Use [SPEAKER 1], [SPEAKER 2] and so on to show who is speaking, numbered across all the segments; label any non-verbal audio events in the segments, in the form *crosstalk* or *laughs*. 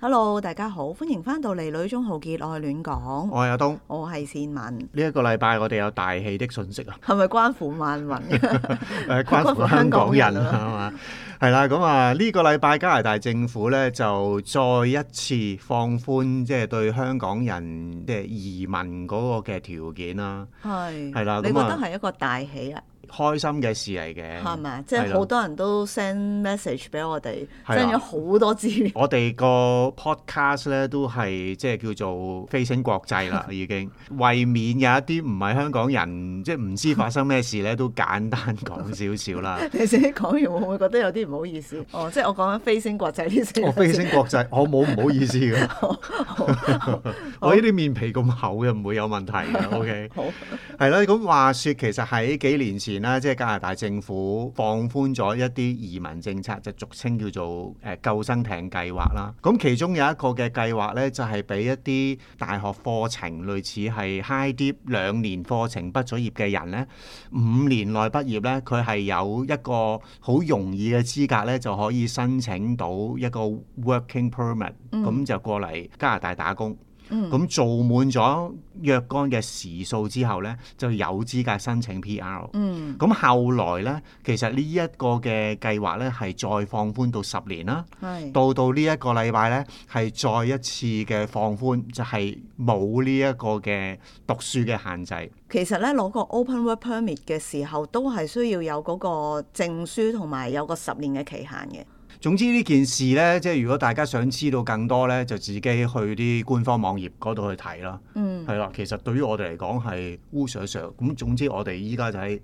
[SPEAKER 1] Hello，大家好，歡迎翻到嚟《女中豪傑愛亂講》，
[SPEAKER 2] 我係阿東。
[SPEAKER 1] 我係善文，
[SPEAKER 2] 呢一個禮拜我哋有大戲的訊 *laughs* 息啊，
[SPEAKER 1] 係咪關乎萬民？
[SPEAKER 2] *laughs* 誒關乎香港人啊嘛，係啦，咁啊呢個禮拜加拿大政府咧就再一次放寬即係對香港人即係移民嗰個嘅條件啦，
[SPEAKER 1] 係
[SPEAKER 2] 係啦
[SPEAKER 1] 你覺
[SPEAKER 2] 咁啊
[SPEAKER 1] 得係一個大喜啊？
[SPEAKER 2] 開心嘅事嚟嘅，
[SPEAKER 1] 係咪？即係
[SPEAKER 2] 係啦
[SPEAKER 1] 好多人都 send message 俾我哋
[SPEAKER 2] 係啦
[SPEAKER 1] ，send 咗好多資料。 *laughs*
[SPEAKER 2] 我哋個 podcast 咧都係即係叫做飛升國際 *laughs* 啦，已經為免有一啲唔係香港人，即係唔知發生咩事咧，都簡單講少少啦。
[SPEAKER 1] 你自己講完會唔會覺得有啲唔好意
[SPEAKER 2] *laughs*
[SPEAKER 1] 思？哦，即係我講緊飛星國際呢四個
[SPEAKER 2] 我飛
[SPEAKER 1] 字
[SPEAKER 2] 升國際，我冇唔好意思㗎。我呢啲面皮咁厚嘅，唔會有問題嘅。OK，
[SPEAKER 1] 好
[SPEAKER 2] 係啦。咁話說，其實喺幾年前啦，即係加拿大政府放寬咗一啲移民政策，就俗稱叫做誒救生艇計劃啦。咁其中有一個嘅計劃呢，就係俾一啲大學課程類似係 high dip 兩年課程畢咗業嘅人呢，五年內畢業呢，佢係有一個好容易嘅資格呢，就可以申請到一個 working permit，咁、就過嚟加拿大打工。咁做滿咗若干嘅時數之後呢，就有資格申請 PR。
[SPEAKER 1] 嗯
[SPEAKER 2] 咁後來呢，其實呢一個嘅計劃呢，係再放寬到十年啦。
[SPEAKER 1] 係
[SPEAKER 2] 到到呢一個禮拜呢，係再一次嘅放寬，就係冇呢一個嘅讀書嘅限制。
[SPEAKER 1] 其實咧攞個 open work permit 嘅時候，都係需要有嗰個證書同埋有個十年嘅期限嘅。
[SPEAKER 2] 總之呢件事呢，即係如果大家想知道更多呢，就自己去啲官方網頁嗰度去睇啦。
[SPEAKER 1] 嗯，
[SPEAKER 2] 係啦，其實對於我哋嚟講係烏水上咁。總之我哋依家就喺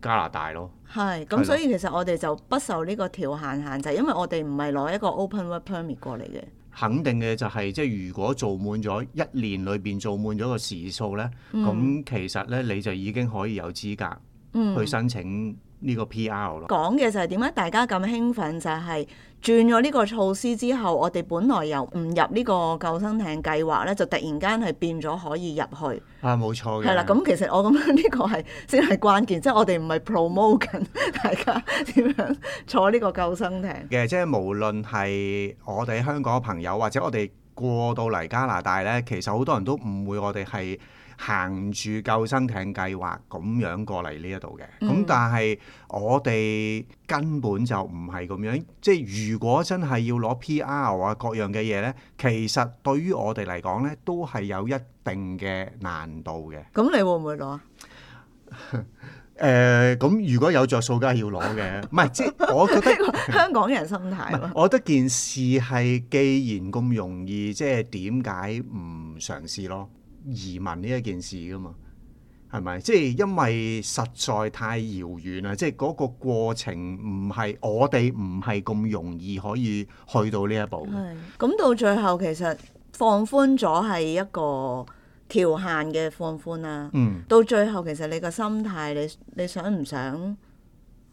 [SPEAKER 2] 加拿大咯。
[SPEAKER 1] 係
[SPEAKER 2] 係
[SPEAKER 1] 咁，
[SPEAKER 2] 啦
[SPEAKER 1] 所以其實我哋就不受呢個條限限制，因為我哋唔係攞一個 open work permit 過嚟嘅。
[SPEAKER 2] 肯定嘅就係、即係如果做滿咗一年裏邊做滿咗個時數呢，咁、其實呢，你就已經可以有資格
[SPEAKER 1] 嗯，
[SPEAKER 2] 去申請呢個 PR 咯。
[SPEAKER 1] 講嘅就係點解大家咁興奮，就係、轉咗呢個措施之後，我哋本來由唔入呢個救生艇計劃咧，就突然間係變咗可以入去。
[SPEAKER 2] 啊，冇錯嘅。
[SPEAKER 1] 係啦，咁其實我咁樣呢個係先係關鍵，即係我哋唔係 promote 緊大家點樣坐呢個救生艇。
[SPEAKER 2] 嘅，即係無論係我哋香港嘅朋友，或者我哋過到嚟加拿大呢，其實好多人都誤會我哋係行住救生艇計劃咁樣過嚟呢一度嘅。咁、
[SPEAKER 1] 嗯
[SPEAKER 2] 但係我哋根本就唔係咁樣，即係如果真係要攞 PR 啊各樣嘅嘢呢，其實對於我哋嚟講呢，都係有一定嘅難度嘅。
[SPEAKER 1] 咁你會唔會攞啊？
[SPEAKER 2] 誒，咁如果有着數，梗係要攞嘅。唔係，即係我覺得
[SPEAKER 1] 呢。個香港人心態啊
[SPEAKER 2] 唔係
[SPEAKER 1] 喎。
[SPEAKER 2] 我覺得件事係既然咁容易，即係點解唔嘗試咯？移民呢一件事噶嘛，係咪？即係因為實在太遙遠啊啦，即係嗰個過程唔係我哋唔係咁容易可以去到呢一步嘅。
[SPEAKER 1] 係，咁到最後其實放寬咗係一個條限嘅放寬啦。
[SPEAKER 2] 嗯，
[SPEAKER 1] 到最後其實你個心態，你你想唔想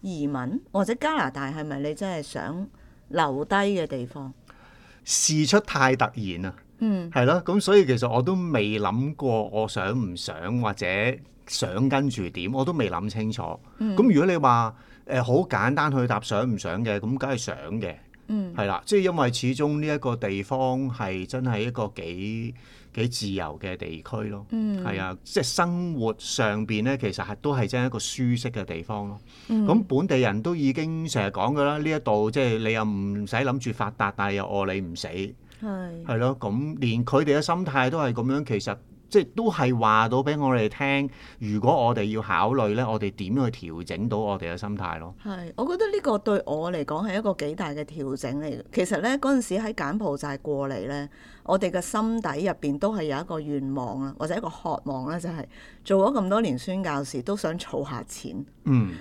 [SPEAKER 1] 移民，或者加拿大係咪你真係想留低嘅地方？
[SPEAKER 2] 事出太突然啦。
[SPEAKER 1] 嗯，
[SPEAKER 2] 係咯，咁所以其實我都未諗過我想唔想或者想跟住點，我都未諗清楚。咁、
[SPEAKER 1] 嗯
[SPEAKER 2] 如果你話誒好簡單去答想唔想嘅，咁梗係想嘅。
[SPEAKER 1] 嗯，
[SPEAKER 2] 係啦，即係因為始終呢一個地方係真係一個幾幾自由嘅地區咯。
[SPEAKER 1] 嗯，
[SPEAKER 2] 係啊，即係生活上邊咧，其實係都係真係一個舒適嘅地方咯。咁、本地人都已經成日講㗎啦，呢一度即係你又唔使諗住發達，但係又餓你唔死。
[SPEAKER 1] 嗯係，
[SPEAKER 2] 係咯，咁連佢哋嘅心態都係咁樣，其實即係都係話到俾我哋聽，如果我哋要考慮呢，我哋點樣去調整到我哋嘅心態咯？
[SPEAKER 1] 係，我覺得呢個對我嚟講係一個幾大嘅調整嚟嘅。其實呢，嗰陣時喺柬埔寨過嚟呢，我哋嘅心底入邊都係有一個願望啦，或者一個渴望啦，就係、做咗咁多年宣教士，都想儲下錢。
[SPEAKER 2] 嗯，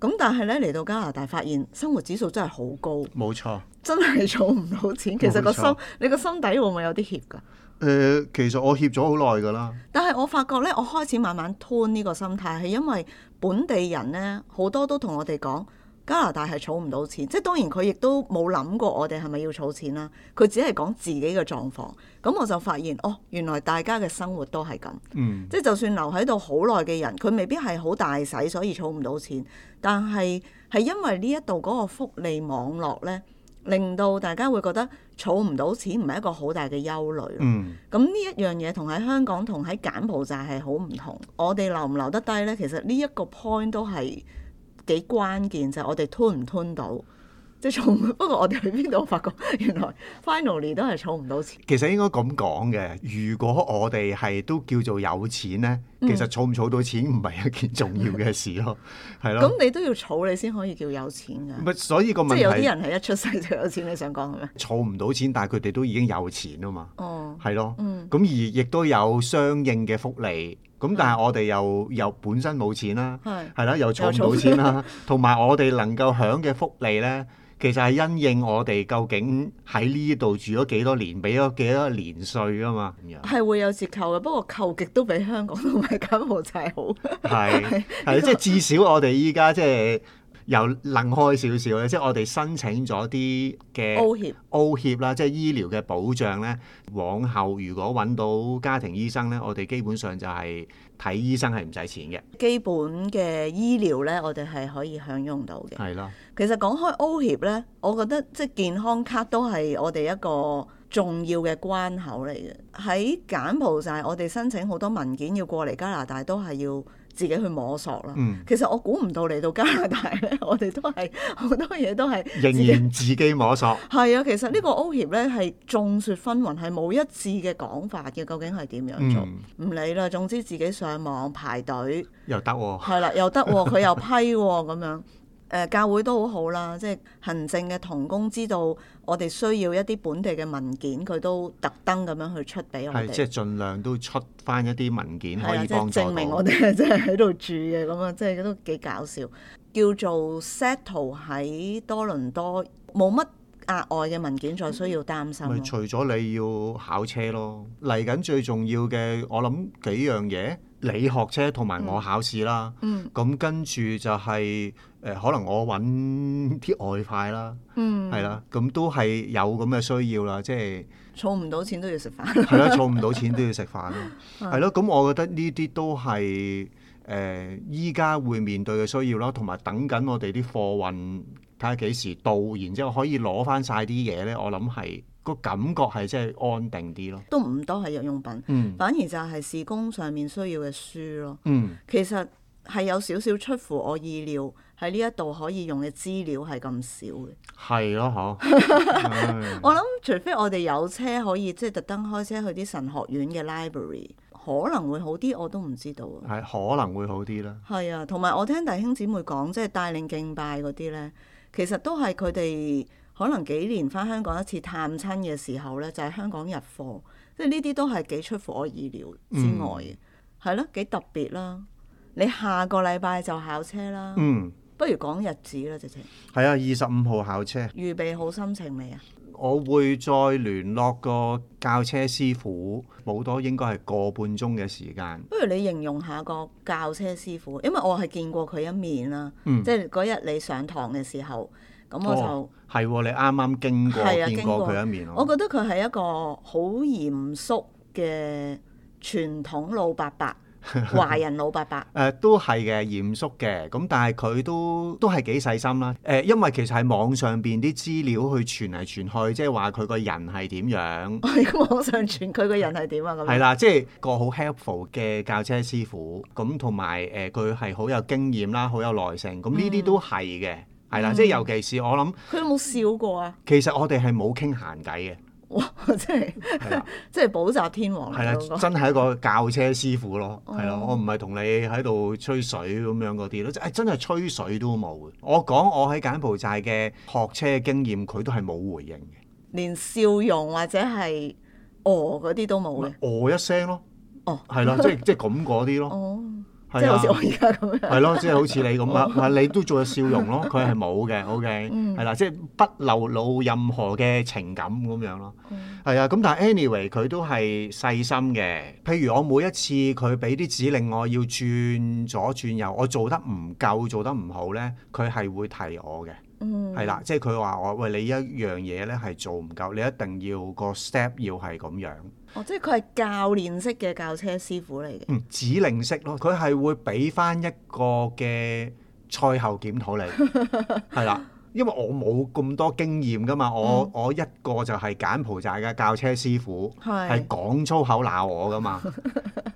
[SPEAKER 1] 咁但係呢，嚟到加拿大，發現生活指數真係好高。
[SPEAKER 2] *laughs* 冇錯。
[SPEAKER 1] 真係儲唔到錢，其實個心
[SPEAKER 2] 冇錯
[SPEAKER 1] 你個心底會唔會有啲怯㗎？
[SPEAKER 2] 誒、呃其實我協咗好耐㗎啦。
[SPEAKER 1] 但係我發覺咧，我開始慢慢吞呢個心態，係因為本地人咧好多都同我哋講加拿大係儲唔到錢，即係當然佢亦都冇諗過我哋係咪要儲錢啦，佢只係講自己嘅狀況。咁我就發現哦，原來大家嘅生活都係咁，
[SPEAKER 2] 嗯，
[SPEAKER 1] 即係就算留喺度好耐嘅人，佢未必係好大使，所以儲唔到錢，但係係因為呢一度嗰個福利網絡咧。令到大家會覺得儲唔到錢唔係一個好大嘅憂慮咯。
[SPEAKER 2] 嗯
[SPEAKER 1] 咁呢一樣嘢同喺香港同喺柬埔寨係好唔同。我哋留唔留得低呢？其實呢一個 point 都係幾關鍵，就係、我哋吞唔吞到。即係儲， *laughs* 不過我哋去邊度發覺原來 finally 都係儲唔到錢。
[SPEAKER 2] 其實應該咁講嘅。如果我哋係都叫做有錢呢，其
[SPEAKER 1] 嗯
[SPEAKER 2] 實儲唔儲到錢唔係一件重要嘅事
[SPEAKER 1] *laughs*
[SPEAKER 2] 咯，係咯。
[SPEAKER 1] 咁你都要儲，你先可以叫有錢㗎。
[SPEAKER 2] 咪所以個問
[SPEAKER 1] 即係有啲
[SPEAKER 2] 題
[SPEAKER 1] 人係一出世就有錢，你想講係咪？
[SPEAKER 2] 儲唔到錢，但係佢哋都已經有錢啊嘛，
[SPEAKER 1] 哦，
[SPEAKER 2] 係咯。
[SPEAKER 1] 嗯，
[SPEAKER 2] 咁而亦都有相應嘅福利。咁但係我哋又又本身冇錢啦，
[SPEAKER 1] 嗯係
[SPEAKER 2] 係啦，又儲
[SPEAKER 1] 又
[SPEAKER 2] 唔到
[SPEAKER 1] 儲 *laughs*
[SPEAKER 2] 錢啦，同埋我哋能夠享嘅福利呢，其實係因應我哋究竟喺呢度住咗幾多年，俾咗幾多年税啊嘛，咁樣
[SPEAKER 1] 係會有折扣嘅，不過扣極都比香港同埋柬埔寨好。
[SPEAKER 2] *laughs* 係係即係至少我哋依家即係又楞開少少咧，即係我哋申請咗啲嘅
[SPEAKER 1] 歐協
[SPEAKER 2] O 協啦，即係醫療嘅保障咧。往後如果揾到家庭醫生咧，我哋基本上就係睇醫生係唔使錢嘅，
[SPEAKER 1] 基本嘅醫療呢，我哋係可以享用到嘅。
[SPEAKER 2] 係啦，
[SPEAKER 1] 其實講開 O 協呢，我覺得即係健康卡都係我哋一個重要嘅關口嚟嘅。喺柬埔寨，我哋申請好多文件要過嚟加拿大，都係要自己去摸索啦。
[SPEAKER 2] 嗯，
[SPEAKER 1] 其實我估唔到嚟到加拿大呢，我哋都係好多嘢都係
[SPEAKER 2] 仍然自己摸索。
[SPEAKER 1] 係啊。其實呢個 O 協呢，係眾說紛紜，係冇一致嘅講法嘅。究竟係點樣做？
[SPEAKER 2] 嗯，
[SPEAKER 1] 唔理啦，總之自己上網排隊。
[SPEAKER 2] 又得喎，
[SPEAKER 1] 係啦，又得喎，佢又批喎，咁樣。誒、教會都好好啦，即係行政嘅同工知道我哋需要一啲本地嘅文件，佢都特登咁樣去出俾我
[SPEAKER 2] 係
[SPEAKER 1] 哋
[SPEAKER 2] 即。係盡量都出翻一啲文件可
[SPEAKER 1] 係啦，啊
[SPEAKER 2] 以
[SPEAKER 1] 即係
[SPEAKER 2] 幫助
[SPEAKER 1] 證明我
[SPEAKER 2] 到。
[SPEAKER 1] 哋係真係喺度住嘅咁啊，即係都幾搞笑。叫做 settle 喺多倫多，冇乜額外嘅文件再需要擔心
[SPEAKER 2] 咪
[SPEAKER 1] 咯。
[SPEAKER 2] 除咗你要考車咯，嚟緊最重要嘅，我諗幾樣嘢，你學車同埋我考試啦。
[SPEAKER 1] 嗯
[SPEAKER 2] 咁跟住就係、呃可能我揾啲外快啦，
[SPEAKER 1] 嗯，
[SPEAKER 2] 係啦、咁都係有咁嘅需要啦，即係
[SPEAKER 1] 儲唔到錢都要食飯。
[SPEAKER 2] 係啦，儲唔到錢都要食飯咯，係咯，咁我覺得呢啲都係誒依家會面對嘅需要啦，同埋等緊我哋啲貨運睇下幾時到，然之後可以攞翻晒啲嘢咧，我諗係個感覺係即係安定啲咯，
[SPEAKER 1] *laughs* 都唔多係日用品，
[SPEAKER 2] 嗯
[SPEAKER 1] 反而就係事工上面需要嘅書咯。
[SPEAKER 2] 嗯
[SPEAKER 1] 其實係有少少出乎我意料，喺呢一度可以用嘅資料係咁少嘅。
[SPEAKER 2] 係咯
[SPEAKER 1] *laughs*
[SPEAKER 2] 嗬，
[SPEAKER 1] 我諗除非我哋有車可以即係特登開車去啲神學院嘅 library，可能會好啲，我都唔知道啊。
[SPEAKER 2] 唉係可能會好啲啦。
[SPEAKER 1] 係啊，同埋我聽弟兄姊妹講，即係帶領敬拜嗰啲呢，其實都係佢哋可能幾年翻香港一次探親嘅時候呢，就係、香港日課，即係呢啲都係幾出乎我意料之外
[SPEAKER 2] 嗯
[SPEAKER 1] 嘅，係咯、幾特別啦。你下個禮拜就考車啦。
[SPEAKER 2] 嗯。
[SPEAKER 1] 不如講日子啦，直情
[SPEAKER 2] 係啊，二十五號考車，
[SPEAKER 1] 預備好心情未啊？
[SPEAKER 2] 我會再聯絡個教車師傅，冇多應該係個半鐘嘅時間。
[SPEAKER 1] 不如你形容下個教車師傅，因為我係見過佢一面啦，
[SPEAKER 2] 嗯
[SPEAKER 1] 即係嗰日你上堂嘅時候，咁我就、
[SPEAKER 2] 哦，係喎、你啱啱經過
[SPEAKER 1] 係啊
[SPEAKER 2] 見
[SPEAKER 1] 經過
[SPEAKER 2] 過佢一面
[SPEAKER 1] 我
[SPEAKER 2] 喎。
[SPEAKER 1] 覺得佢係一個好嚴肅嘅傳統老伯
[SPEAKER 2] *laughs*
[SPEAKER 1] 伯，華人老伯 *laughs* 伯，
[SPEAKER 2] 誒、都係嘅，嚴肅嘅，咁但係佢都都係幾細心啦。誒、因為其實係網上邊啲資料去傳嚟傳去，即係話佢個人係點樣，
[SPEAKER 1] 我喺網上傳佢個人係點啊咁
[SPEAKER 2] 係
[SPEAKER 1] 樣。
[SPEAKER 2] 啦，即係個好 helpful 嘅教車師傅，咁同埋誒佢係好有經驗啦，好有耐性，咁
[SPEAKER 1] 嗯
[SPEAKER 2] 呢啲都係嘅，係啦，即係尤其是我諗。
[SPEAKER 1] 佢有冇笑過啊？ *laughs*
[SPEAKER 2] 其實我哋係冇傾閒偈嘅，
[SPEAKER 1] 哇！真係
[SPEAKER 2] 係啦，
[SPEAKER 1] *laughs* 即係補習天王
[SPEAKER 2] 係啊
[SPEAKER 1] 嚟嗰
[SPEAKER 2] 啦，
[SPEAKER 1] 個。
[SPEAKER 2] 真係一個教車師傅咯，
[SPEAKER 1] 哦
[SPEAKER 2] 係咯，我唔係同你喺度吹水咁樣嗰啲咯，誒真係吹水都冇嘅。我講我喺柬埔寨嘅學車經驗，佢都係冇回應嘅，
[SPEAKER 1] 連笑容或者係哦嗰啲都冇嘅。
[SPEAKER 2] 哦一聲咯，
[SPEAKER 1] 哦
[SPEAKER 2] 係啦，即係即係咁嗰啲咯，
[SPEAKER 1] 哦。即係
[SPEAKER 2] 係
[SPEAKER 1] 好似我
[SPEAKER 2] 啊。
[SPEAKER 1] 而家咁樣。
[SPEAKER 2] 係咯，即係好似你咁啊，係你都做咗笑容咯，佢係冇嘅，OK，係啦，即係不流露任何嘅情感咁樣咯。係啊，咁但係 anyway 佢都係細心嘅。譬如我每一次佢俾啲指令我要轉左轉右，我做得唔夠，做得唔好咧，佢係會提我嘅。
[SPEAKER 1] 嗯，
[SPEAKER 2] 係啦，即係佢話我喂你一樣嘢咧係做唔夠，你一定要個 step 要係咁樣。
[SPEAKER 1] 哦，即係佢係教練式嘅教車師傅嚟嘅。
[SPEAKER 2] 嗯，指令式咯，佢係會俾翻一個嘅賽後檢討你，係啦，因為我冇咁多經驗噶嘛，我、我一個就係柬埔寨嘅教車師傅，係
[SPEAKER 1] 係
[SPEAKER 2] 講粗口鬧我噶嘛，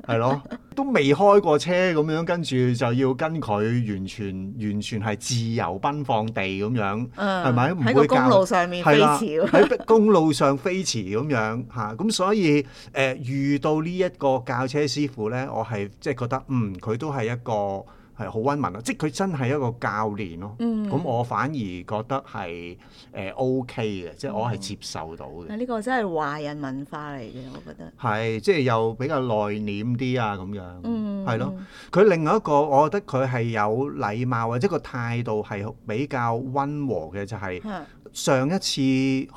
[SPEAKER 2] 係咯，都未開過車咁樣，跟住就要跟佢完全完全係自由奔放地咁樣，
[SPEAKER 1] 嗯
[SPEAKER 2] 係咪唔
[SPEAKER 1] 喺
[SPEAKER 2] 會
[SPEAKER 1] 個
[SPEAKER 2] 教
[SPEAKER 1] 公路上面飛
[SPEAKER 2] 係啦，
[SPEAKER 1] 馳喎？
[SPEAKER 2] 喺公路上飛馳咁樣嚇，咁、所以誒、遇到呢一個教車師傅咧，我係即係覺得嗯佢都係一個係好温文啊咯，即係佢真係一個教練咯。
[SPEAKER 1] 嗯，
[SPEAKER 2] 咁我反而覺得係誒、OK 呃嘅，
[SPEAKER 1] 嗯
[SPEAKER 2] 即係我係接受到嘅，
[SPEAKER 1] 啊呢個真係華人文化嚟嘅，我覺得。
[SPEAKER 2] 係、即係又比較內斂啲啊咁樣，
[SPEAKER 1] 嗯，
[SPEAKER 2] 係咯、佢另外一個，我覺得佢係有禮貌或者個態度係比較温和嘅，就係、
[SPEAKER 1] 嚇。
[SPEAKER 2] 上一次去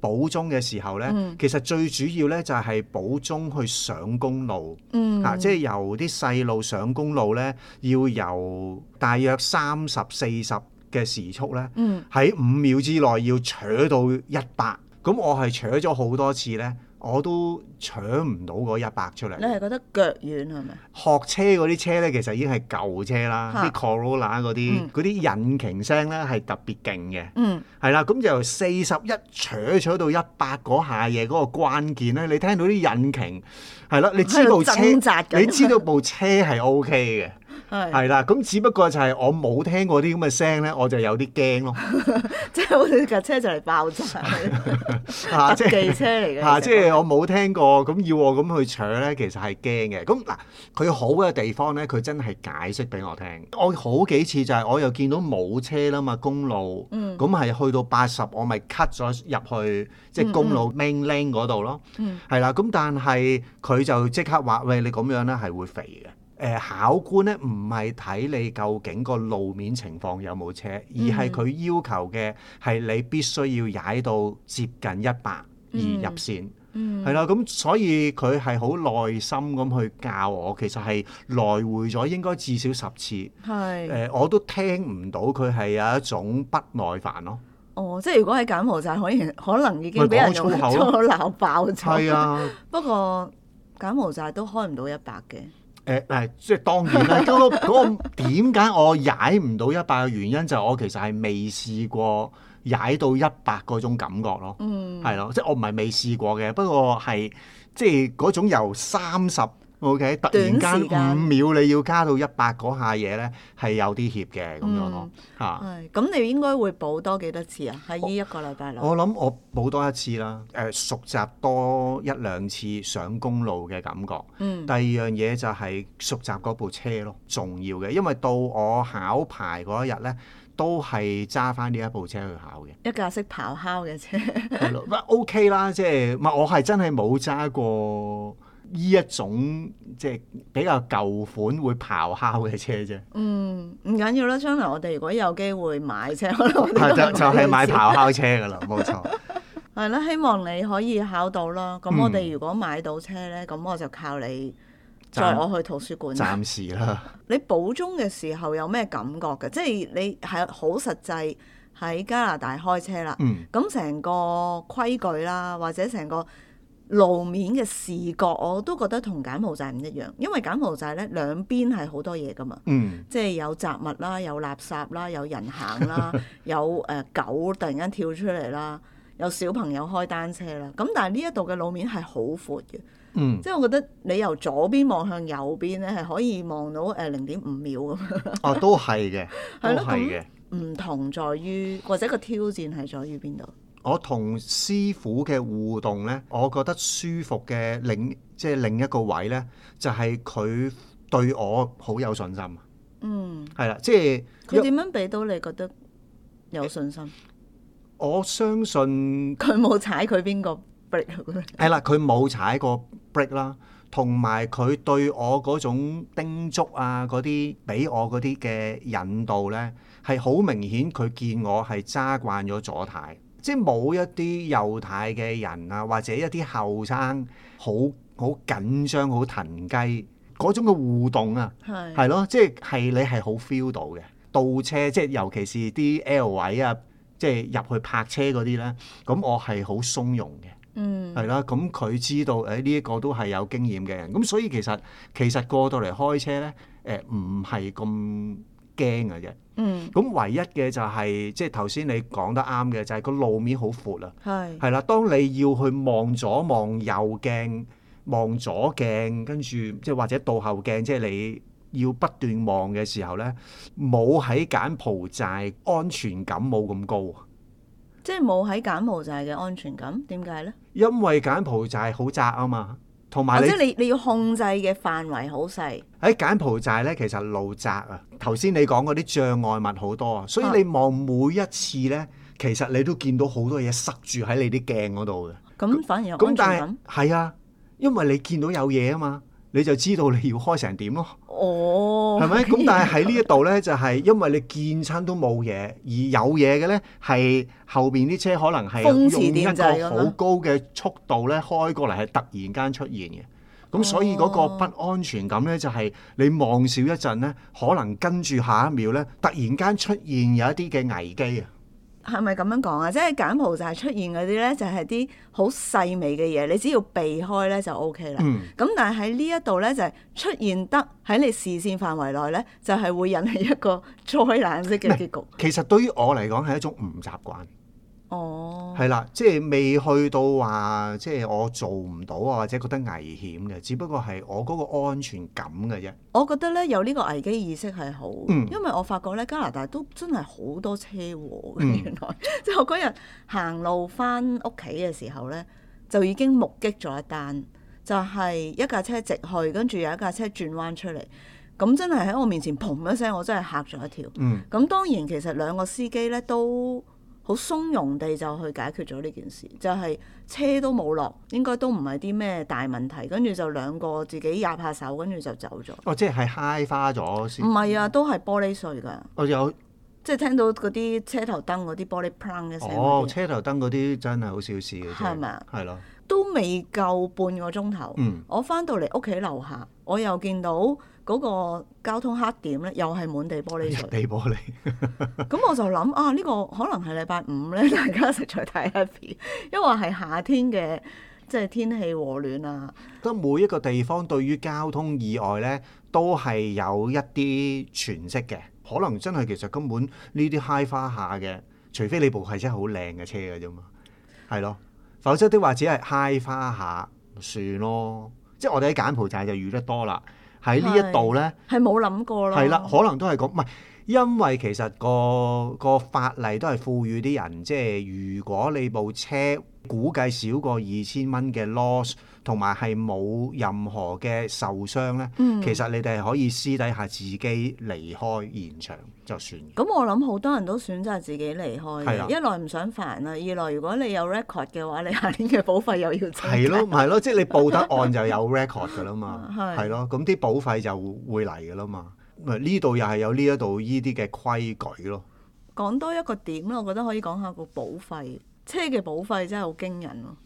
[SPEAKER 2] 補鐘嘅時候呢，
[SPEAKER 1] 嗯
[SPEAKER 2] 其實最主要呢就係補鐘去上公路
[SPEAKER 1] 嗯，
[SPEAKER 2] 啊，即係由啲細路上公路呢，要由大約三十四十嘅時速呢，
[SPEAKER 1] 嗯
[SPEAKER 2] 喺五秒之內要扯到一百。咁我係扯咗好多次呢，我都扯唔到嗰一百出嚟
[SPEAKER 1] 你。係覺得腳軟係咪？
[SPEAKER 2] 學車嗰啲車咧，其實已經係舊車啦，
[SPEAKER 1] 嚇
[SPEAKER 2] 啲 Corolla 嗰啲
[SPEAKER 1] 嗯
[SPEAKER 2] 嗰啲引擎聲咧係特別勁嘅。
[SPEAKER 1] 嗯
[SPEAKER 2] 係啦，咁由四十一扯扯到一百嗰下嘢嗰個關鍵咧，你聽到啲引擎係啦，你知道車
[SPEAKER 1] 嗯喺度掙扎緊
[SPEAKER 2] 你知道部車係 O K 嘅，
[SPEAKER 1] *laughs* 係，
[SPEAKER 2] 係啦，咁只不過就係我冇聽過啲咁嘅聲咧，我就有啲驚
[SPEAKER 1] *laughs*
[SPEAKER 2] 咯，
[SPEAKER 1] 即係好似架車就嚟爆炸，
[SPEAKER 2] *laughs* 嚇啊即
[SPEAKER 1] 特技
[SPEAKER 2] 係
[SPEAKER 1] 車
[SPEAKER 2] *laughs*
[SPEAKER 1] 嚟嘅。
[SPEAKER 2] 嚇
[SPEAKER 1] 其
[SPEAKER 2] 即
[SPEAKER 1] 實
[SPEAKER 2] 係我冇聽過，咁要我咁去扯咧，其實係驚嘅。咁嗱，佢好嘅地方咧，佢真係解釋俾我聽。我好幾次就係我又見到冇車啦嘛，公路。
[SPEAKER 1] 嗯
[SPEAKER 2] 咁係去到八十，我咪 cut 咗入去即係公路 main lane 嗰度咯，
[SPEAKER 1] 嗯
[SPEAKER 2] 係啦。咁但係佢就即刻話：喂，你咁樣咧係會肥嘅。誒、考官咧唔係睇你究竟個路面情況有冇車，而
[SPEAKER 1] 嗯
[SPEAKER 2] 係佢要求嘅係你必須要踩到接近一百而入線，
[SPEAKER 1] 嗯
[SPEAKER 2] 係啦、咁所以佢係好耐心咁去教我，其實係來回咗應該至少十次。誒、
[SPEAKER 1] 係
[SPEAKER 2] 我都聽唔到佢係有一種不耐煩咯。
[SPEAKER 1] 哦，即係如果喺柬埔寨，可能可能已經
[SPEAKER 2] 咪
[SPEAKER 1] 俾人用
[SPEAKER 2] 講粗
[SPEAKER 1] 粗
[SPEAKER 2] 口
[SPEAKER 1] 口
[SPEAKER 2] 咯
[SPEAKER 1] 鬧爆咗。
[SPEAKER 2] 係啊，
[SPEAKER 1] 不過柬埔寨都開唔到一百嘅。
[SPEAKER 2] 誒誒，即係當然
[SPEAKER 1] *laughs*
[SPEAKER 2] 啦。嗰個嗰個點解我踩唔到一百嘅原因就係我其實係未試過踩到一百嗰種感覺咯，
[SPEAKER 1] 嗯，
[SPEAKER 2] 係咯，即係我唔係未試過嘅，不過係即係嗰種由三十 OK 突然
[SPEAKER 1] 短
[SPEAKER 2] 間
[SPEAKER 1] 時間
[SPEAKER 2] 五秒你要加到一百嗰下嘢咧，係有啲怯嘅咁樣
[SPEAKER 1] 嗯
[SPEAKER 2] 咯嚇。
[SPEAKER 1] 係。咁你應該會補多幾多次啊？喺呢一個禮拜內。
[SPEAKER 2] 我諗我補多一次啦，誒、熟習多一兩次上公路嘅感覺。
[SPEAKER 1] 嗯
[SPEAKER 2] 第二樣嘢就係熟習嗰部車咯，重要嘅，因為到我考牌嗰一日呢，都係揸翻呢一部車去考嘅。
[SPEAKER 1] 一架識咆哮嘅車。
[SPEAKER 2] 係咯，不 OK 啦，即係唔係我係真係冇揸過呢一種即係比較舊款會咆哮嘅車啫，
[SPEAKER 1] 嗯，唔緊要啦。將來我哋如果有機會買車，可能我
[SPEAKER 2] 係
[SPEAKER 1] 哋都
[SPEAKER 2] 就就係買
[SPEAKER 1] 車
[SPEAKER 2] 咆哮車㗎啦，冇錯。
[SPEAKER 1] 係啦，希望你可以考到啦。咁我
[SPEAKER 2] 嗯
[SPEAKER 1] 哋如果買到車呢，咁我就靠你載
[SPEAKER 2] 暫
[SPEAKER 1] 我去圖書館啦。
[SPEAKER 2] 暫時啦，
[SPEAKER 1] 你補鐘嘅時候有咩感覺嘅？即係你係啊好實際喺加拿大開車啦。
[SPEAKER 2] 嗯。
[SPEAKER 1] 咁成個規矩啦，或者成個路面嘅視覺，我都覺得同柬埔寨唔一樣，因為柬埔寨呢兩邊係好多嘢噶嘛。
[SPEAKER 2] 嗯
[SPEAKER 1] 即係有雜物啦，有垃圾啦，有人行啦，有誒、呃狗突然間跳出嚟啦，有小朋友開單車啦。咁但係呢一度嘅路面係好闊嘅，
[SPEAKER 2] 嗯
[SPEAKER 1] 即係我覺得你由左邊望向右邊咧，係可以望到誒零點五秒咁樣。
[SPEAKER 2] 哦，都係嘅，都
[SPEAKER 1] 係咯
[SPEAKER 2] 係
[SPEAKER 1] 咁
[SPEAKER 2] 嘅。
[SPEAKER 1] 唔同在於或者個挑戰係在於邊度？
[SPEAKER 2] 我同師傅嘅互動呢，我覺得舒服嘅另即係另一個位呢，就係、佢對我好有信心，
[SPEAKER 1] 嗯，
[SPEAKER 2] 係啦，即係
[SPEAKER 1] 佢點樣俾到你覺得有信心？
[SPEAKER 2] 我相信
[SPEAKER 1] 佢冇踩佢邊個 break 咁樣
[SPEAKER 2] 係啦，佢冇踩過 break 啦，同埋佢對我嗰種叮囑啊，嗰啲俾我嗰啲嘅引導呢，係好明顯佢見我係揸慣咗左太，即係冇一啲右太嘅人啊，或者一啲後生好好緊張、好騰雞嗰種嘅互動啊。
[SPEAKER 1] 係
[SPEAKER 2] 係咯，即係你係好 feel 到嘅。倒車即係尤其是啲 L 位啊，即係入去泊車嗰啲咧，咁我係好鬆容嘅，
[SPEAKER 1] 嗯
[SPEAKER 2] 係啦。咁佢知道誒呢一個都係有經驗嘅人，咁所以其實其實過到嚟開車咧，誒唔係咁驚嘅啫。
[SPEAKER 1] 嗯，
[SPEAKER 2] 咁唯一嘅就係、即係頭先你講得啱嘅，就係、個路面好闊啊。
[SPEAKER 1] 係
[SPEAKER 2] 係啦，當你要去望左望右鏡、望左鏡，跟住即係或者倒後鏡，即係你要不斷望嘅時候咧，冇喺柬埔寨安全感冇咁高，
[SPEAKER 1] 即係冇喺柬埔寨嘅安全感，點解咧？
[SPEAKER 2] 因為柬埔寨好窄啊嘛，同
[SPEAKER 1] 或
[SPEAKER 2] 埋你
[SPEAKER 1] 者哦你你要控制嘅範圍好細，
[SPEAKER 2] 喺柬埔寨咧，其實路窄啊。頭先你講嗰啲障礙物好多啊，所以你望每一次咧，其實你都見到好多嘢塞住喺你啲鏡嗰度嘅。
[SPEAKER 1] 咁反而有啊
[SPEAKER 2] 咁
[SPEAKER 1] 安全
[SPEAKER 2] 但
[SPEAKER 1] 感。
[SPEAKER 2] 係係啊，因為你見到有嘢啊嘛，你就知道你要開成點咯，
[SPEAKER 1] 哦，
[SPEAKER 2] 係
[SPEAKER 1] *laughs*
[SPEAKER 2] 咪？咁但係喺呢一度呢，就係、因為你見親都冇嘢，而有嘢嘅呢，係後邊啲車可能係
[SPEAKER 1] 風馳
[SPEAKER 2] 用一
[SPEAKER 1] 電掣咁
[SPEAKER 2] 個
[SPEAKER 1] 啊
[SPEAKER 2] 好高嘅速度呢開過嚟，係突然間出現嘅。
[SPEAKER 1] 哦
[SPEAKER 2] 咁所以嗰個不安全感呢，就係、你望少一陣呢，可能跟住下一秒呢，突然間出現有一啲嘅危機啊！
[SPEAKER 1] 係咪咁樣講啊？即係柬埔寨出現嗰啲咧，就係啲好細微嘅嘢，你只要避開咧就 O K 啦。
[SPEAKER 2] 嗯。
[SPEAKER 1] 咁但係喺呢一度咧，就係、出現得喺你視線範圍內咧，就係、會引起一個災難式嘅結局。
[SPEAKER 2] 其實對於我嚟講係一種唔習慣。
[SPEAKER 1] 哦，
[SPEAKER 2] 係啦，即係未去到話，即係我做唔到啊，或者覺得危險嘅，只不過係我嗰個安全感嘅啫。
[SPEAKER 1] 我覺得咧有呢個危機意識係好，
[SPEAKER 2] 嗯
[SPEAKER 1] 因為我發覺咧加拿大都真係好多車禍嘅。
[SPEAKER 2] 嗯
[SPEAKER 1] 原來 *laughs* 即係我嗰日行路翻屋企嘅時候咧，就已經目擊咗一單，就係、一架車直去，跟住有一架車轉彎出嚟，咁真係喺我面前砰一聲，我真係嚇咗一跳。
[SPEAKER 2] 嗯，
[SPEAKER 1] 咁當然其實兩個司機咧都好鬆容地就去解決咗呢件事，就係、車都冇落，應該都唔係啲咩大問題，跟住就兩個自己壓下手，跟住就走咗。
[SPEAKER 2] 哦，即係嗨花咗先
[SPEAKER 1] 唔。係啊，都係玻璃碎㗎，
[SPEAKER 2] 我有哦
[SPEAKER 1] 即係聽到嗰啲車頭燈嗰啲玻璃砰一聲
[SPEAKER 2] 哦
[SPEAKER 1] 嗰，啲，
[SPEAKER 2] 車頭燈嗰啲真係好小事嘅啫。
[SPEAKER 1] 係咪啊
[SPEAKER 2] 係咯，
[SPEAKER 1] 都未夠半個鐘頭。
[SPEAKER 2] 嗯
[SPEAKER 1] 我翻到嚟屋企樓下，我又見到嗰個交通黑點咧，又係滿地玻璃
[SPEAKER 2] 嗯一 *laughs*
[SPEAKER 1] 碎。
[SPEAKER 2] 地玻璃。
[SPEAKER 1] 咁我就諗啊，呢、個可能係禮拜五咧， *laughs* 大家實在太 happy，因為係夏天嘅，即係天氣和暖啊。
[SPEAKER 2] 得每一個地方對於交通意外呢，都係有一啲詮釋嘅。可能真係其實根本呢啲嗨花下嘅，除非你部係真係好靚嘅車嘅啫嘛，係咯。否則的話只係嗨花下算咯。即係我哋喺柬埔寨就遇得多啦。喺呢一度呢，
[SPEAKER 1] 係冇諗過咯，
[SPEAKER 2] 係啦，可能都係咁，唔係因為其實個個法例都係賦予啲人，即係如果你部車估計少過二千蚊嘅 loss，同埋係冇任何嘅受傷咧，
[SPEAKER 1] 嗯
[SPEAKER 2] 其實你哋係可以私底下自己離開現場就算嘅。
[SPEAKER 1] 咁我諗好多人都選擇自己離開
[SPEAKER 2] 係啊
[SPEAKER 1] 嘅，一來唔想煩啦，二來如果你有 record 嘅話，你下年嘅保費又要增加，
[SPEAKER 2] 係咯，，咪係咯，即係你報得案就有 record 㗎啦嘛
[SPEAKER 1] *laughs* 係
[SPEAKER 2] 係咯，咁啲保費就會嚟㗎啦嘛。咪呢度又係有呢一度呢啲嘅規矩咯。
[SPEAKER 1] 講多一個點啦，我覺得可以講下個保費，車嘅保費真係好驚人咯。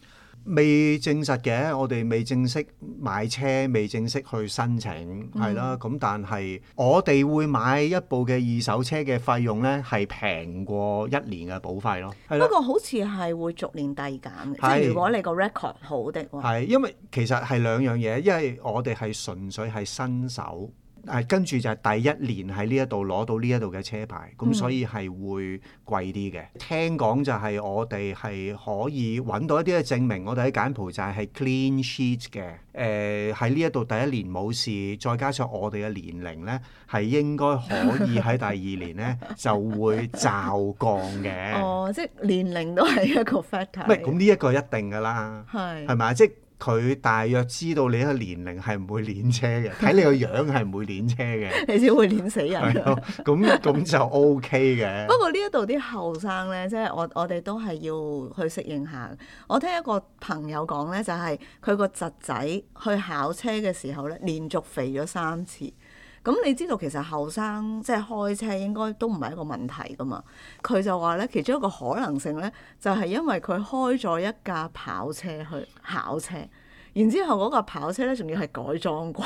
[SPEAKER 2] 未證實嘅，我哋未正式買車，未正式去申請，係啦。咁、但係我哋會買一部嘅二手車嘅費用呢，係平過一年嘅保費咯。係啦
[SPEAKER 1] 不，過好似係會逐年遞減嘅，即
[SPEAKER 2] 係
[SPEAKER 1] 係如果你個 record 好的話，
[SPEAKER 2] 係因為其實係兩樣嘢，因為我哋係純粹係新手，係跟住就係第一年喺呢一度攞到呢一度嘅車牌，咁、
[SPEAKER 1] 嗯
[SPEAKER 2] 所以係會貴啲嘅。聽講就係我哋係可以揾到一啲嘅證明，我哋喺柬埔寨係 clean sheet 嘅。誒喺呢一度第一年冇事，再加上我哋嘅年齡呢，係應該可以喺第二年呢就會驟降
[SPEAKER 1] *laughs*
[SPEAKER 2] 嘅。
[SPEAKER 1] 哦，即係年齡都係一個 factor
[SPEAKER 2] 唔係
[SPEAKER 1] 嚟嘅。
[SPEAKER 2] 咁呢一個一定㗎啦。係
[SPEAKER 1] 係
[SPEAKER 2] 咪啊？即係佢大約知道你個年齡係唔會練
[SPEAKER 1] *laughs*
[SPEAKER 2] 車嘅，睇你個樣係唔會練車嘅，
[SPEAKER 1] 你只會碾死
[SPEAKER 2] 係啊
[SPEAKER 1] 人。
[SPEAKER 2] 咯。咁咁就 O K
[SPEAKER 1] *laughs*
[SPEAKER 2] 嘅
[SPEAKER 1] 不。過呢一度啲後生呢，即係我我哋都係要去適應下。我聽一個朋友講呢，就係佢個侄仔去考車嘅時候呢，連續肥咗三次。咁你知道其實後生即係開車應該都唔係一個問題噶嘛？佢就話呢，其中一個可能性呢，就係因為佢開咗一架跑車去考車，然之後嗰架跑車咧，仲要係改裝過。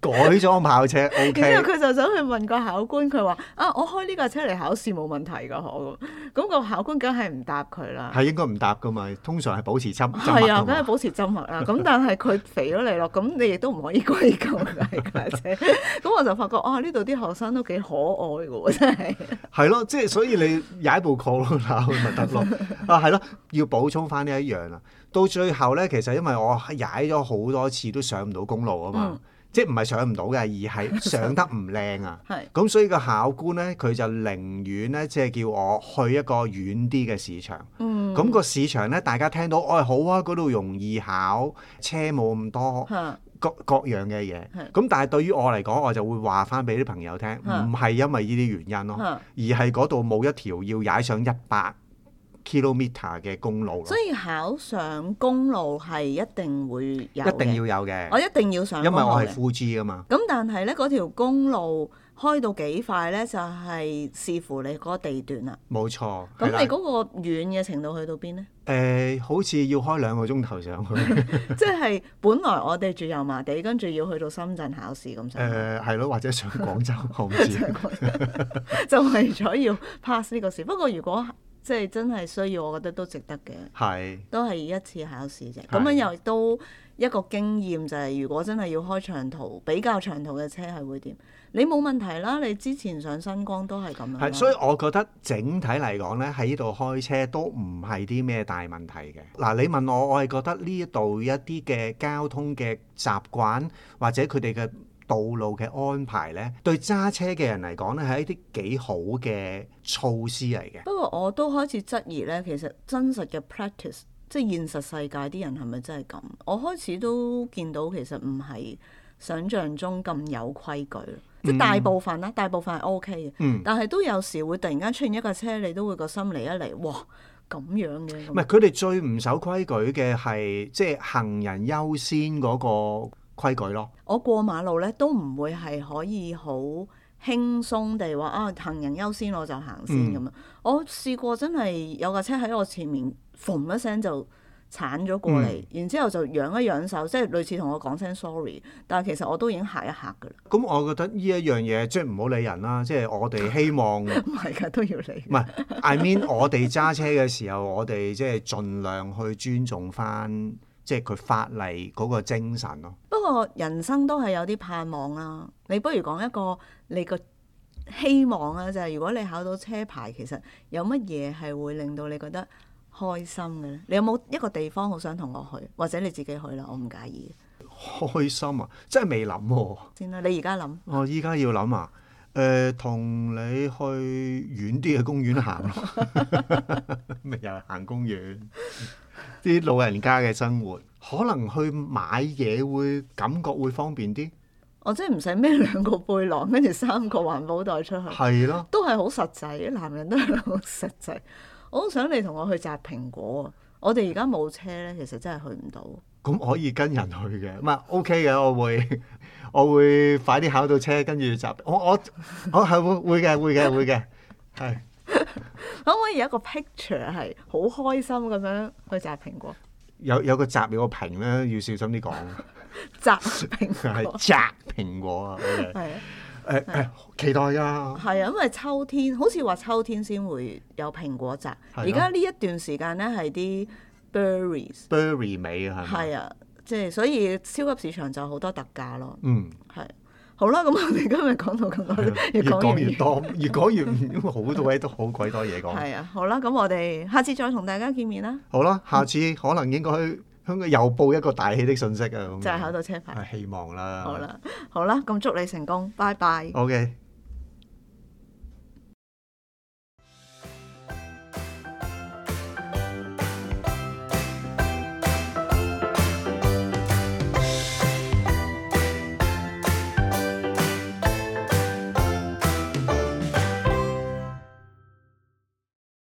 [SPEAKER 2] 改裝跑車
[SPEAKER 1] 然
[SPEAKER 2] O K
[SPEAKER 1] 之後佢就想去問個考官，佢話：啊，我開呢架車嚟考試冇問題㗎，我咁。咁、個考官梗係唔答佢啦。
[SPEAKER 2] 係應該唔搭噶嘛，通常係保持沉沉默
[SPEAKER 1] 係啊，
[SPEAKER 2] 㗎
[SPEAKER 1] 梗係
[SPEAKER 2] 嘛。
[SPEAKER 1] 保持沉默啦。咁但係佢肥咗你咯，咁你亦都唔可以歸咎佢架車。咁我就發覺，啊，呢度啲學生都幾可愛㗎喎，真
[SPEAKER 2] *laughs*
[SPEAKER 1] 係。
[SPEAKER 2] 係咯，即係所以你踩部 c o l 咪得
[SPEAKER 1] *laughs*
[SPEAKER 2] 咯。啊，係咯，要補充翻呢一樣啦。到最後咧，其實因為我踩咗好多次都上唔到公路啊嘛，
[SPEAKER 1] 嗯
[SPEAKER 2] 即係唔係上唔到嘅，而係上得唔靚啊。
[SPEAKER 1] 係。
[SPEAKER 2] 咁所以個考官咧，佢就寧願咧，即係叫我去一個遠啲嘅市場。
[SPEAKER 1] 嗯。
[SPEAKER 2] 咁、個市場咧，大家聽到，哎好啊，嗰度容易考，車冇咁多，
[SPEAKER 1] 嚇
[SPEAKER 2] 各各樣嘅嘢
[SPEAKER 1] 係。
[SPEAKER 2] 咁但係對於我嚟講，我就會話翻俾啲朋友聽，唔係因為呢啲原因咯，
[SPEAKER 1] 嚇。
[SPEAKER 2] 而係嗰度冇一條要踩上一百 kilometer 嘅公路咯
[SPEAKER 1] 所，以考上公路係一定會有嘅
[SPEAKER 2] 一定要有嘅
[SPEAKER 1] 我，一定要上
[SPEAKER 2] 因
[SPEAKER 1] 公
[SPEAKER 2] 為
[SPEAKER 1] 路
[SPEAKER 2] 我係
[SPEAKER 1] 嘅
[SPEAKER 2] full G 噶嘛。
[SPEAKER 1] 咁但係咧，嗰條公路開到幾快咧，就係、視乎你嗰個地段啊啦。
[SPEAKER 2] 冇錯，
[SPEAKER 1] 咁
[SPEAKER 2] 係啦
[SPEAKER 1] 你嗰個遠嘅程度去到邊咧？
[SPEAKER 2] 誒、好似要開兩個鐘頭上去，
[SPEAKER 1] *laughs* 即係本來我哋住油麻地，跟住要去到深圳考試咁上下，
[SPEAKER 2] 誒係咯，或者上廣州，我唔知。
[SPEAKER 1] *laughs* 就為咗要 pass 呢個試。不過如果即係真係需要，我覺得都值得嘅，
[SPEAKER 2] 係
[SPEAKER 1] 都係一次考試啫。
[SPEAKER 2] 係
[SPEAKER 1] 咁樣又都一個經驗就係、如果真係要開長途比較長途嘅車係會點？你冇問題啦，你之前上新光都係咁樣啦。
[SPEAKER 2] 係，所以我覺得整體嚟講咧，喺呢度開車都唔係啲咩大問題嘅。嗱，你問我，我係覺得呢度一啲嘅交通嘅習慣或者佢哋嘅道路嘅安排咧，對揸車嘅人嚟講咧係一啲幾好嘅措施嚟嘅。
[SPEAKER 1] 不過我都開始質疑咧，其實真實嘅 practice，即係現實世界啲人係咪真係咁？我開始都見到其實唔係想像中咁有規矩咯，即係大部分啦，大部分係 O K 嘅，
[SPEAKER 2] 嗯，
[SPEAKER 1] 但係都有時會突然間出現一架車，你都會個心嚟一嚟，哇咁樣嘅咁
[SPEAKER 2] 唔係佢哋最唔守規矩嘅係即係行人優先嗰個規矩咯。
[SPEAKER 1] 我過馬路咧都唔會係可以好輕鬆地話啊行人優先我就行先咁樣。我試過真係有架車喺我前面，嘣一聲就鏟咗過嚟，然之後就揚一揚手，即係類似同我講聲 sorry，但係其實我都已經嚇一嚇㗎啦， *laughs*
[SPEAKER 2] 咁我覺得呢一樣嘢即係唔好理人啦，即係我哋希望。
[SPEAKER 1] 唔係㗎都要理
[SPEAKER 2] 唔。係，I mean 我哋揸車嘅時候，我哋即係盡量去尊重翻，即係佢法例嗰個精神咯。
[SPEAKER 1] 不過人生都係有啲盼望啦，你不如講一個你個希望啦，就係、如果你考到車牌，其實有乜嘢係會令到你覺得開心嘅咧？你有冇一個地方好想同我去，或者你自己去啦？我唔介意
[SPEAKER 2] 開心啊！真係未諗喎，
[SPEAKER 1] 先啦。你而家諗
[SPEAKER 2] 我依家要諗啊。誒、同你去遠啲嘅公園行咯， *laughs* 咪又係行公園。啲老人家嘅生活，可能去買嘢會感覺會方便啲，
[SPEAKER 1] 我真係唔使孭兩個背囊，跟住三個環保袋出去，
[SPEAKER 2] 係咯。
[SPEAKER 1] 都係好實際。男人都係好實際。我好想你同我去摘蘋果啊！我哋而家冇車咧，其實真係去唔到。
[SPEAKER 2] 咁可以跟人去嘅，唔係 OK 嘅，我會 *laughs* 我會快啲考到車，跟住集我我我係會會嘅會嘅會嘅，係
[SPEAKER 1] 可唔可以有一個 picture 係好開心咁樣去摘蘋果？
[SPEAKER 2] 有有個集有個屏咧，要小心啲講，
[SPEAKER 1] 摘蘋
[SPEAKER 2] 係 *laughs*
[SPEAKER 1] 果 *laughs*
[SPEAKER 2] 摘蘋果啊，OK，
[SPEAKER 1] 係啊，
[SPEAKER 2] 誒誒，期待㗎，
[SPEAKER 1] 係啊，因為秋天好似話秋天先會有蘋果摘，
[SPEAKER 2] 係啊
[SPEAKER 1] 而家呢一段時間咧係啲 berries，
[SPEAKER 2] Burry 尾啊，係咪？
[SPEAKER 1] 係啊，即係所以超級市場就好多特價咯，
[SPEAKER 2] 嗯，
[SPEAKER 1] 係。好啦，咁我哋今日講到咁多，
[SPEAKER 2] 越
[SPEAKER 1] *laughs* 越
[SPEAKER 2] 講
[SPEAKER 1] 講
[SPEAKER 2] 啊越
[SPEAKER 1] 越
[SPEAKER 2] 多，越講越唔好多位都好鬼多嘢講。
[SPEAKER 1] 係啊，好啦，咁我哋下次再同大家見面啦，
[SPEAKER 2] 好啦，下次可能應該香港又報一個大喜的信息啊，咁
[SPEAKER 1] 就係考
[SPEAKER 2] 樣
[SPEAKER 1] 到車牌。
[SPEAKER 2] 係希望啦。
[SPEAKER 1] 好啦，好啦，咁祝你成功，拜拜。
[SPEAKER 2] ，OK，